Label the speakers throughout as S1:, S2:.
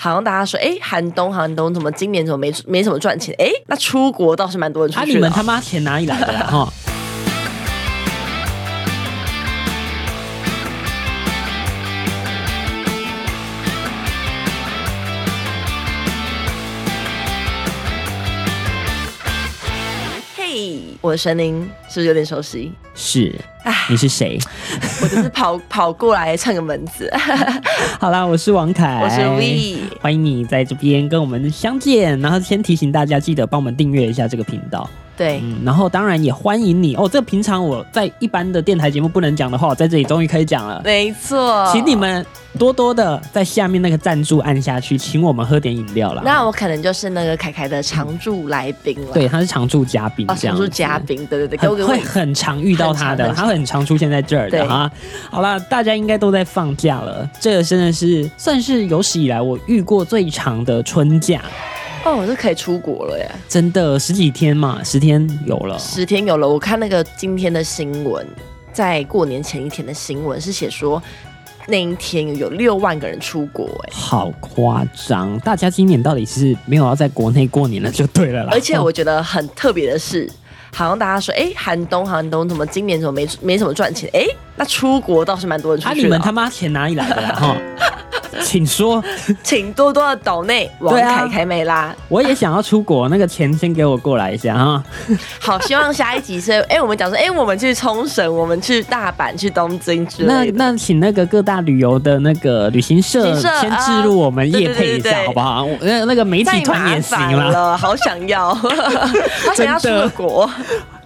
S1: 好像大家说，哎、寒冬寒冬怎么今年怎么没没什么赚钱？哎、那出国倒是蛮多人出
S2: 啊，
S1: 去
S2: 你
S1: 的、
S2: 们他妈钱哪里来的 啦？哈，
S1: 嘿，我的声音是不是有点熟悉？
S2: 是，你是谁？
S1: 我就是跑跑过来蹭个门子，
S2: 哎好啦，我是王凯，
S1: 我是 We。
S2: 欢迎你在这边跟我们相见，然后先提醒大家记得帮我们订阅一下这个频道，
S1: 对，
S2: 嗯，然后当然也欢迎你哦。这平常我在一般的电台节目不能讲的话，我在这里终于可以讲了，
S1: 没错，
S2: 请你。们多多的在下面那个赞助按下去，请我们喝点饮料啦。
S1: 那我可能就是那个凯凯的常驻来宾了，
S2: 对，，他是常驻嘉宾，
S1: 哦，
S2: 这
S1: 常
S2: 样
S1: 驻
S2: 子
S1: 嘉宾，对对对，给我
S2: 很
S1: 个
S2: 会
S1: 位置。
S2: 很常遇到他的，
S1: 很常很
S2: 他
S1: 常
S2: 很常出现在这儿的
S1: 对
S2: 哈。好啦，大家应该都在放假了，这个真的是算是有史以来我遇过最长的春假，
S1: 哦，我就可以出国了耶，
S2: 真的十几天嘛，十天有了。
S1: 十天有了。我看那个今天的新闻，在过年前一天的新闻是写说，那一天有六万个人出国，哎，
S2: 好夸张！大家今年到底是没有要在国内过年了，就对 了啦。哦
S1: 而且我觉得很特别的是。好像大家说，哎、寒冬寒冬，怎么今年怎么没没怎么赚钱？哎、那出国倒是蛮多人出
S2: 啊，
S1: 去
S2: 你
S1: 的、
S2: 们他妈钱哪里来的啦？哈， 请说，
S1: 请多多的抖内王
S2: 对啊
S1: 凯凯美拉。
S2: 我也想要出国，那个钱先给我过来一下哈。
S1: 好，希望下一集是，哎、我们讲说，哎、我们去冲绳，我们去大阪，去东京之
S2: 那
S1: 类的。
S2: 那请那个各大旅游的那个旅行社
S1: 旅行社
S2: 先置入我们
S1: 啊
S2: 业配
S1: 对
S2: 一
S1: 对对
S2: 下，
S1: 对
S2: 好不好？我那那个媒体
S1: 太
S2: 团
S1: 麻
S2: 也行
S1: 烦
S2: 啦，
S1: 了，好想要， 好想要出
S2: 真
S1: 个
S2: 的
S1: 国，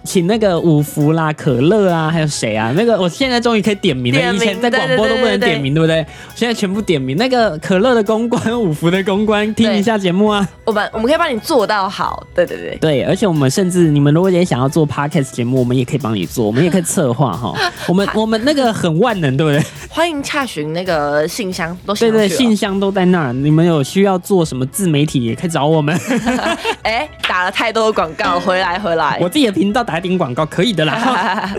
S2: 请那个五福啦、可乐啊，还有谁啊？那个我现在终于可以点名了，
S1: 点
S2: 以
S1: 名
S2: 前在广播都不能点名，对不对？现在全部点名。那个可乐的公关、五福的公关，听一下节目啊。
S1: 我们我们可以帮你做到好，对对对，
S2: 对，而且我们甚至你们如果也想要做 podcast 节目，我们也可以帮你做，我们也可以策划 哈。我们我们那个很万能，对不对？
S1: 欢迎洽询那个信箱，都
S2: 对
S1: 信上
S2: 对，
S1: 去哦
S2: 信
S1: 了。
S2: 箱都在那儿，你们有需要做什么自媒体，也可以找我们。
S1: 哎、打了太多的广告，回来回来
S2: 我，自己的频道打一点广告可以 的啦。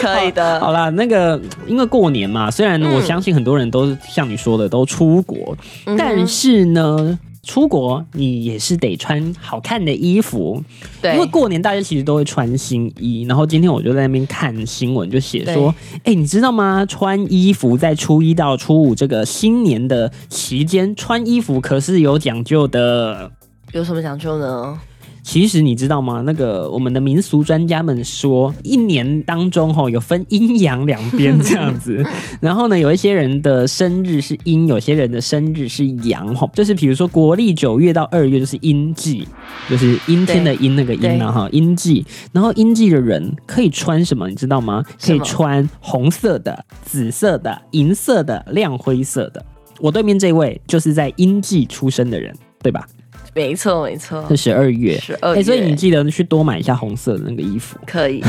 S1: 可以的，
S2: 好啦，那个因为过年嘛，虽然我相信很多人都像你说的都出国，
S1: 嗯哼
S2: 但是呢。出国你也是得穿好看的衣服，
S1: 对
S2: 因为过年大家其实都会穿新衣。然后今天我就在那边看新闻，就写说，哎、你知道吗？穿衣服在初一到初五这个新年的期间，穿衣服可是有讲究的。
S1: 有什么讲究呢？
S2: 其实你知道吗？那个我们的民俗专家们说，一年当中吼、有分阴阳两边这样子。然后呢，有一些人的生日是阴，有些人的生日是阳吼、就是比如说国历九月到二月就是阴季，就是阴天的阴那个阴啊哈阴季。然后阴季的人可以穿什么？你知道吗？可
S1: 什
S2: 以
S1: 么
S2: 穿红色的、紫色的、银色的、亮灰色的。我对面这位就是在阴季出生的人，对吧？
S1: 没错没错
S2: 是，十二月。
S1: 十二
S2: 哎、
S1: 月、
S2: 所以你记得去多买一下红色的那个衣服。
S1: 可 以，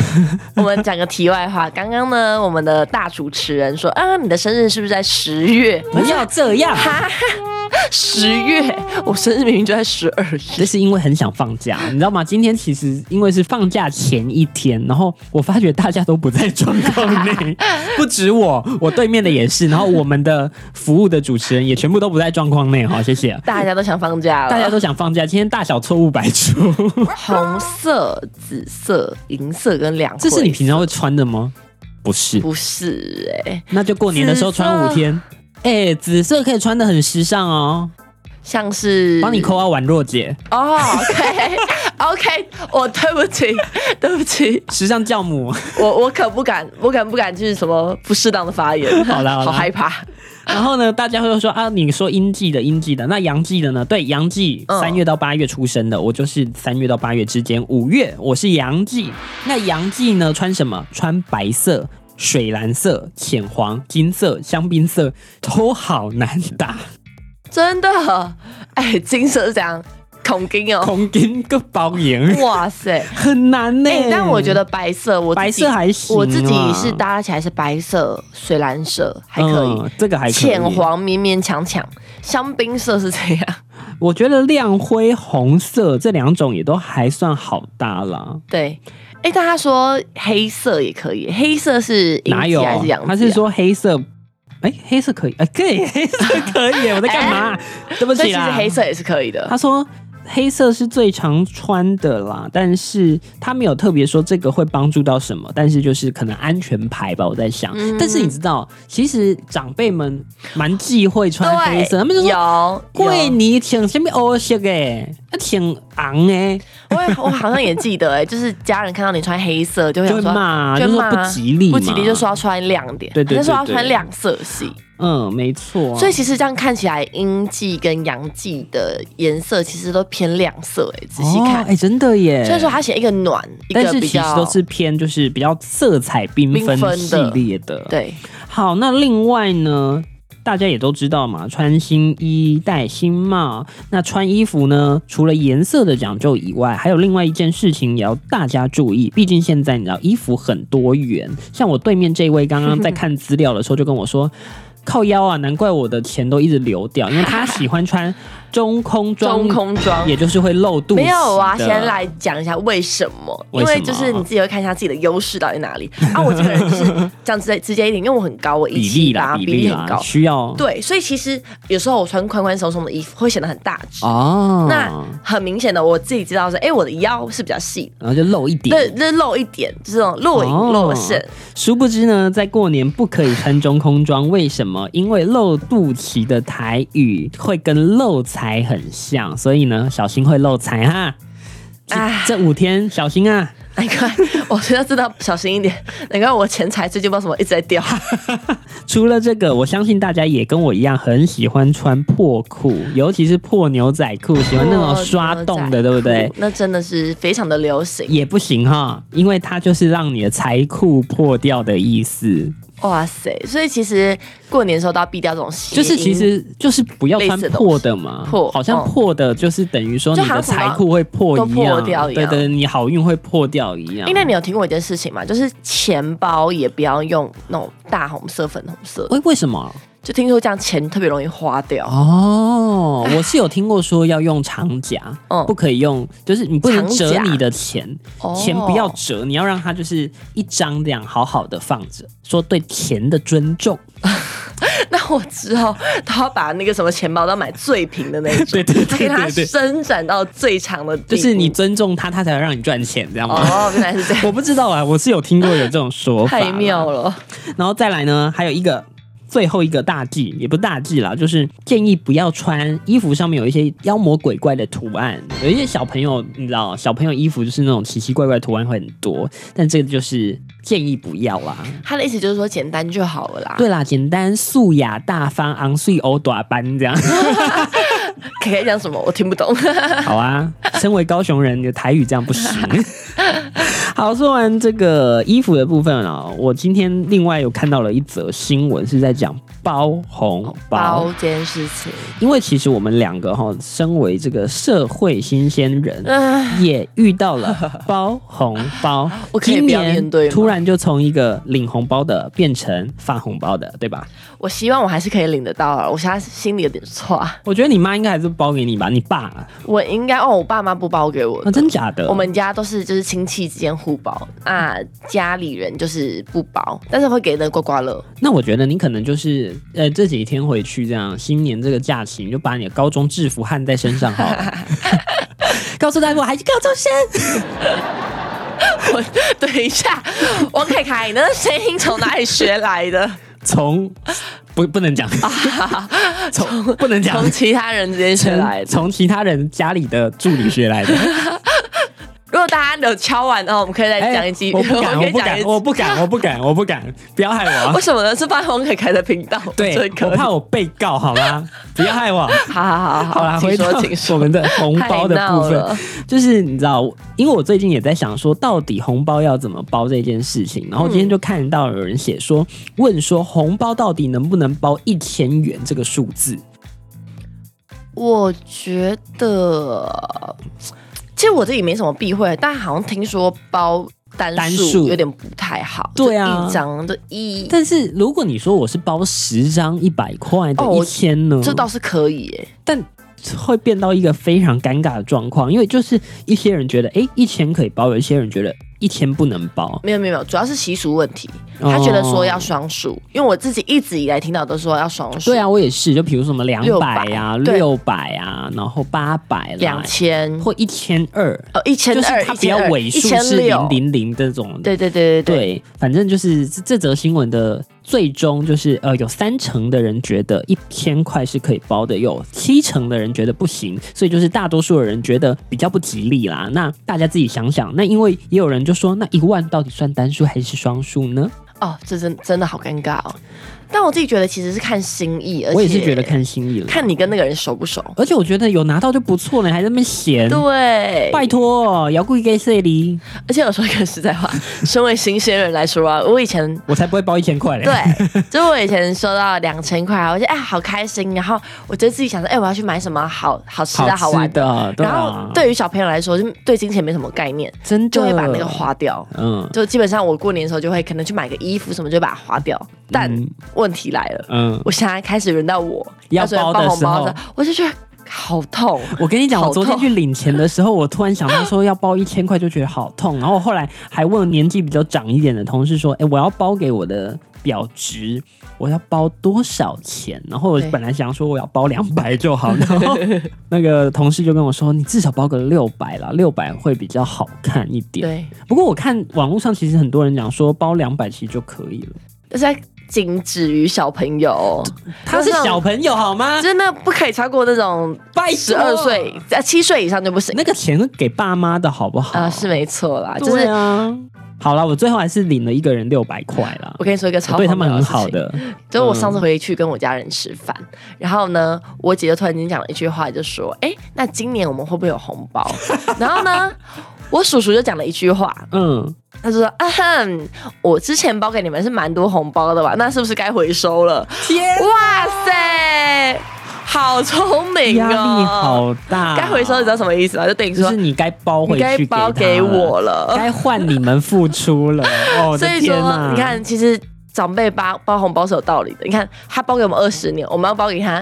S1: 我们讲个题外话。刚刚呢，我们的大主持人说啊，你的生日是不是在十月？
S2: 不要这样，
S1: 哈，十月，我生日明明就在十二
S2: 这
S1: 月。
S2: 是因为很想放假，你知道吗？今天其实因为是放假前一天，然后我发觉大家都不在状况内， 不止我，我对面的也是，然后我们的服务的主持人也全部都不在状况内。好，谢谢。
S1: 大家都想放假了，
S2: 大家都想放假，今天大小错误百 出。
S1: 红色、紫色、银色跟两
S2: 这
S1: 会，
S2: 是你平常会穿的吗？不是，
S1: 不是哎、
S2: 那就过年的时候穿五天。哎、紫色可以穿的很时尚哦，
S1: 像是
S2: 帮你扣啊，宛若姐，
S1: 哦，OK OK，我对不起，对不起，
S2: 时尚教母。
S1: 我我可不敢，我敢不敢就是什么不适当的发言，
S2: 好啦好啦
S1: 好害怕，
S2: 然后呢，大家会说啊，你说阴季的阴季的，那阳季的呢？对，阳季
S1: 嗯
S2: 三月到八月出生的，我就是三月到八月之间，五月我是阳季。那阳季呢，穿什么？穿白色。水蓝色、浅黄、金色、香槟色都好难打，
S1: 真的，哎，金色是怎样？孔金哦，
S2: 空跟个包赢
S1: 哇 塞！
S2: 很难呢、
S1: 哦哎、但我觉得白色，我自己
S2: 白色还行啦
S1: 我自己是搭起来是白色、水蓝色，还可以。
S2: 嗯这个还可以
S1: 浅。黄勉勉强强，香槟色是这样。
S2: 我觉得亮灰、红色这两种也都还算好搭啦。
S1: 对，哎、大家说黑色也可以，黑色是阴
S2: 哪
S1: 极
S2: 有
S1: 还是阳？？啊
S2: 他是，说黑色哎、黑色可以，哎、可以， 黑色可以，我在干嘛、对不
S1: 所以
S2: 起
S1: 哎
S2: 啊
S1: 其实
S2: 啦，
S1: 黑色也是可以的
S2: 他。说黑色是最常穿的啦，但是他没有特别说这个会帮助到什么，但是就是可能安全牌吧，我在想。
S1: 嗯
S2: 但是你知道，其实长辈们蛮忌讳穿黑色，他们就说。
S1: 嗯有
S2: 贵，
S1: 有
S2: 你挺什么欧色诶，啊挺昂诶，
S1: 我也我好像也记得哎、就是家人看到你穿黑色，就会
S2: 就
S1: 想
S2: 会
S1: 说
S2: 骂，
S1: 就
S2: 就
S1: 会
S2: 说
S1: 骂
S2: 不吉利，
S1: 不吉利，就说，要穿亮点，
S2: 对对对
S1: 他就说要穿
S2: 对
S1: 亮色系。
S2: 嗯，没错，
S1: 所以其实这样看起来，阴季跟阳季的颜色其实都偏亮色哎、仔细看
S2: 哦，哎，真的耶，
S1: 所以说他写一个暖，一
S2: 但
S1: 个
S2: 是
S1: 比
S2: 其实
S1: 较
S2: 都是偏就是比较色彩缤
S1: 缤
S2: 纷
S1: 纷
S2: 系
S1: 的
S2: 列的，
S1: 对
S2: 好，那另外呢，大家也都知道嘛，穿新衣、戴新帽。那穿衣服呢，除了颜色的讲究以外，还有另外一件事情也要大家注意。毕竟现在你知道，衣服很多元。像我对面这位刚刚在看资料的时候就跟我说。靠腰啊，难怪我的钱都一直流掉，因为他喜欢穿中空装，
S1: 中空装
S2: 也。就是会露肚脐的。
S1: 没有啊，先来讲一下为什么？
S2: 为
S1: 因
S2: 什么啊
S1: 为就是你自己会看一下自己的优势到底哪里。啊，我这个人就是 这样直接直接一点，因为我很高，我一
S2: 比
S1: 七
S2: 例啦，
S1: 八，
S2: 比
S1: 比
S2: 例
S1: 例
S2: 啦
S1: 很，高。
S2: 需要
S1: 对，所以其实有时候我穿宽宽松松的衣服会显得很大只。
S2: 哦。
S1: 那很明显的，我自己知道是，哎、我的腰是比较细的，
S2: 然后就露一点，
S1: 对，就是露一点，就是那种若隐
S2: 哦
S1: 若现。
S2: 殊不知呢，在过年不可以穿中空装，为什么？因为露肚脐的台语会跟漏财很像，所以呢，小心会漏财哈。这
S1: 唉
S2: 这五天小心啊！
S1: 啊 难怪我觉得真的小心一点，难怪我钱财最近不知道什么一直在掉。
S2: 除了这个，我相信大家也跟我一样很喜欢穿破裤，尤其是破牛仔裤，喜欢那种刷洞的，对不对？？
S1: 哦
S2: 嗯
S1: 那真的是非常的流行。
S2: 也不行哈，因为它就是让你的财库破掉的意思。
S1: 哇塞！所以其实过年的时候都要避掉这种谐音
S2: 就是其实就是不要穿破的嘛，
S1: 类似的东西破嗯
S2: 好像破的就是等于说
S1: 就
S2: 你
S1: 好
S2: 的
S1: 像什么
S2: 财库会破一
S1: 都
S2: 样，
S1: 破掉一
S2: 对
S1: 样
S2: 对，你好运会破掉一样
S1: 哎、。那你有听过一件事情吗？就是钱包也不要用那种大红色、粉红色，
S2: 为为什么？
S1: 就听说这样钱特别容易花掉。
S2: 哦，我是有听过说要用长夹，
S1: 嗯
S2: 不可以用，就是你不能折
S1: 长夹
S2: 你的钱，
S1: 哦
S2: 钱不要折，你要让它就是一张这样好好的放着，说对钱的尊重。
S1: 那我之后都要把那个什么钱包都要买最平的那种，
S2: 对对对对对
S1: 给它伸展到最长的地步，
S2: 就是你尊重他，他才会让你赚钱，这样吗？
S1: 嗯哦，原来是这样，
S2: 我不知道啊，我是有听过有这种说法啦，
S1: 太妙了。
S2: 然后再来呢，还有一个最后一个大忌，也不是大忌啦，就是建议不要穿衣服上面有一些妖魔鬼怪的图案。有一些小朋友，你知道，小朋友衣服就是那种奇奇怪怪的图案会很多，但这个就是建议不要 啦。
S1: 他的意思就是说简单就好了啦，
S2: 对啦，简单、素雅、大方、昂贵、欧短班这样。
S1: 可以讲什么我听不懂。
S2: 好啊，身为高雄人，你的台语这样不 行。好，说完这个衣服的部分啊、我今天另外有看到了一则新闻，是在讲包红 包
S1: 包这件事情，
S2: 因为其实我们两个哈，身为这个社会新鲜人，
S1: 唉
S2: 也遇到了包红包。
S1: 我可以
S2: 今
S1: 不要
S2: 年
S1: 面对吗
S2: 突然就从一个领红包的变成发红包的，对吧？
S1: 我希望我还是可以领得到啊，我现在心里有点错啊。
S2: 我觉得你妈应该还是包给你吧，你爸啊，
S1: 我应该哦，我爸妈不包给我的。
S2: 真假的？
S1: 我们家都是就是亲戚之间互包啊，家里人就是不包，但是会给那刮刮乐。
S2: 那我觉得你可能就是呃这几天回去这样，新年这个假期你就把你的高中制服焊在身上好 了，告诉大家我还是高中生。
S1: 我等一下，王凯凯，你那声音从哪里学来的？
S2: 从不不能 讲，从不能讲
S1: 从其他人之间学来的。
S2: 从其他人家里的助理学来的。
S1: 如果大家有敲完哦的话，我们可以再
S2: 哎
S1: 讲一集，
S2: 我不 敢，
S1: 可
S2: 我
S1: 以
S2: 不
S1: 讲一
S2: 敢，
S1: 集。
S2: 我不 敢，我不敢，我不敢，不要害我啊
S1: 为。什么呢？是放在王凯凯的频道，
S2: 对
S1: 这，个
S2: 我怕我被告，好吗？不要害我。
S1: 好好好
S2: 好啦，
S1: 请
S2: 回到
S1: 说，请说。
S2: 我们的红包的
S1: 太
S2: 部
S1: 闹了
S2: 分，就是你知道，因为我最近也在想说，到底红包要怎么包这件事情。然后今天就看到有人写说，问说红包到底能不能包一千元这个数字？
S1: 我觉得，其实我自己没什么避讳，但好像听说包单
S2: 单数
S1: 数有点不太好。
S2: 对啊
S1: 就一张的一，
S2: 但是如果你说我是包十张一百块的
S1: 哦
S2: 一
S1: 我
S2: 千呢，
S1: 这倒是可以耶。
S2: 但会变到一个非常尴尬的状况，因为就是一些人觉得哎一千可以包，有一些人觉得一天不能包。
S1: 没有没有没有，主要是习俗问题。
S2: 哦
S1: 他觉得说要双数，因为我自己一直以来听到都说要双数，
S2: 对啊，我也是，就比如什么两百呀、
S1: 600对
S2: 六百啊，然后八百啦、
S1: 两千
S2: 或一千二，
S1: 哦一千
S2: 就是
S1: 二，
S2: 它
S1: 一
S2: 不
S1: 千
S2: 要
S1: 二，
S2: 尾
S1: 一
S2: 数
S1: 千
S2: 是
S1: 六
S2: 零，零零这种。
S1: 对对对对对，
S2: 对，反正就是这这则新闻的最终就是呃，有三成的人觉得一千块是可以包的，有七成的人觉得不行，所以就是大多数的人觉得比较不吉利啦。那大家自己想想，那因为也有人就说，那一万到底算单数还是双数呢？
S1: 哦，这真真的好尴尬哦。但我自己觉得其实是看心意，而且
S2: 我也是觉得看心意了，
S1: 看你跟那个人熟不熟。
S2: 而且我觉得有拿到就不错了，还在那边闲。
S1: 对，
S2: 嗯拜托，摇滚给谁哩？
S1: 而且我说一个实在话， 身为新鲜人来说啊，我以前
S2: 我才不会包一千块嘞。
S1: 对，就是我以前收到两千块啊，我就哎好开心，然后我就自己想说，哎我要去买什么好好吃的好玩的。
S2: 的，对
S1: 然
S2: 啊
S1: 后对于小朋友来说，就对金钱没什么概念，
S2: 真的
S1: 就会把那个花掉。
S2: 嗯
S1: 就基本上我过年的时候就会可能去买个衣服什么，就把它花掉。但
S2: 嗯
S1: 问题来了，
S2: 嗯，
S1: 我现在开始轮到我
S2: 要
S1: 说
S2: 包的
S1: 包红
S2: 时候
S1: 包的，我就觉得好 痛。
S2: 我跟你讲，
S1: 好
S2: 我昨天
S1: 痛
S2: 去领钱的时候，我突然想到说要包一千块，就觉得好痛。然后我后来还问年纪比较长一点的同事说：“哎、我要包给我的表侄，我要包多少钱？”然后我
S1: 对
S2: 本来想说我要包两百就 好，然后那个同事就跟我说：“你至少包个六百啦，六百会比较好看一点。”
S1: 对，
S2: 不过我看网络上其实很多人讲说包两百其实就可以了。
S1: 但是它仅止于小朋友，
S2: 他是小朋友好吗？
S1: 真的不可以超过那种
S2: 拜
S1: 十二岁，呃七岁以上就不行。
S2: 那个钱是给爸妈的好不好？
S1: 啊、是没错啦，就
S2: 对
S1: 是
S2: 啊。好了，我最后还是领了一个人六百块啦。
S1: 我跟你说一个超
S2: 我对他
S1: 荒
S2: 们
S1: 谬
S2: 很
S1: 的事
S2: 好
S1: 情，
S2: 的，
S1: 就是我
S2: 嗯
S1: 上次回去跟我家人吃饭，然后呢，我姐就突然间讲了一句话，就说：“哎、那今年我们会不会有红包？” 然后呢，我叔叔就讲了一句话，
S2: 嗯，
S1: 他就说：“啊哼，我之前包给你们是蛮多红包的吧？那是不是该回收了？”
S2: 天，
S1: 哇塞，好聪明
S2: 压
S1: 哦！
S2: 力好大。哦
S1: 该回收，你知道什么意思吗？就等于
S2: 就
S1: 说
S2: 是你该包回
S1: 你该
S2: 去他
S1: 包给我了
S2: 了，该换你们付出 了。哦，我的
S1: 所以
S2: 天
S1: 说
S2: 哪，
S1: 你看，其实长辈包包红包是有道理的。你看他包给我们二十年，我们要包给他，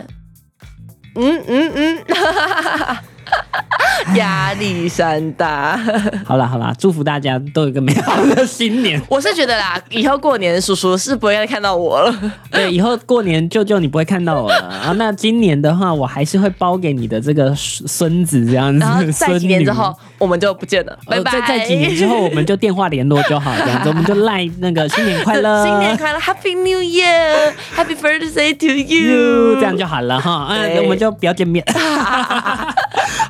S1: 嗯嗯 嗯，压、力山大。
S2: 好啦好啦，祝福大家都有一个美好的新年。
S1: 我是觉得啦，以后过年叔叔是不会再看到我 了。
S2: 对，以后过年舅舅你不会看到我 了啊。那今年的话，我还是会包给你的这个孙子这样子。
S1: 然后在几年之
S2: 孙
S1: 后
S2: 女。，
S1: 我们就不见了，拜
S2: 呃
S1: 拜。
S2: 在在几年之后，我们就电话联络就好，这样子，我们就赖那个新年快 乐，
S1: 新年快乐，Happy New Year，Happy Birthday to you，
S2: 这样就好了哈。嗯，
S1: 对
S2: 我们就不要见面。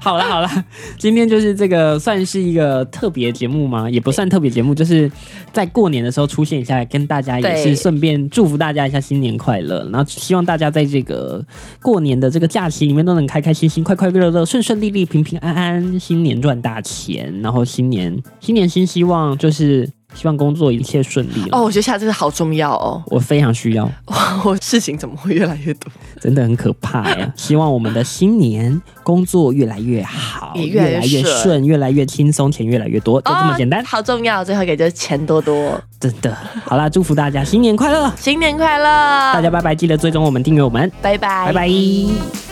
S2: 好了好了，今天就是这个算是一个特别节目吗？也不算特别节目，就是在过年的时候出现一下，跟大家也
S1: 对
S2: 是顺便祝福大家一下新年快乐。然后希望大家在这个过年的这个假期里面都能开开心心、快快乐乐、顺顺利利、平平安安，新年赚大钱。然后新年新年新希望，就是希望工作一切顺利了。
S1: 哦，我觉得下这个好重要哦，
S2: 我非常需要。
S1: 哇，我事情怎么会越来越多？
S2: 真的很可怕呀！希望我们的新年工作越来越好，
S1: 也越来越
S2: 来越
S1: 顺
S2: 顺，越来越轻松，钱越来越多，就这么简单
S1: 哦。好重要。最后一个就是钱多多，
S2: 真的，好啦，祝福大家新年快乐！
S1: 新年快乐，
S2: 大
S1: 大
S2: 家拜拜，记得追踪我们，订阅我们，
S1: 拜拜，
S2: 拜拜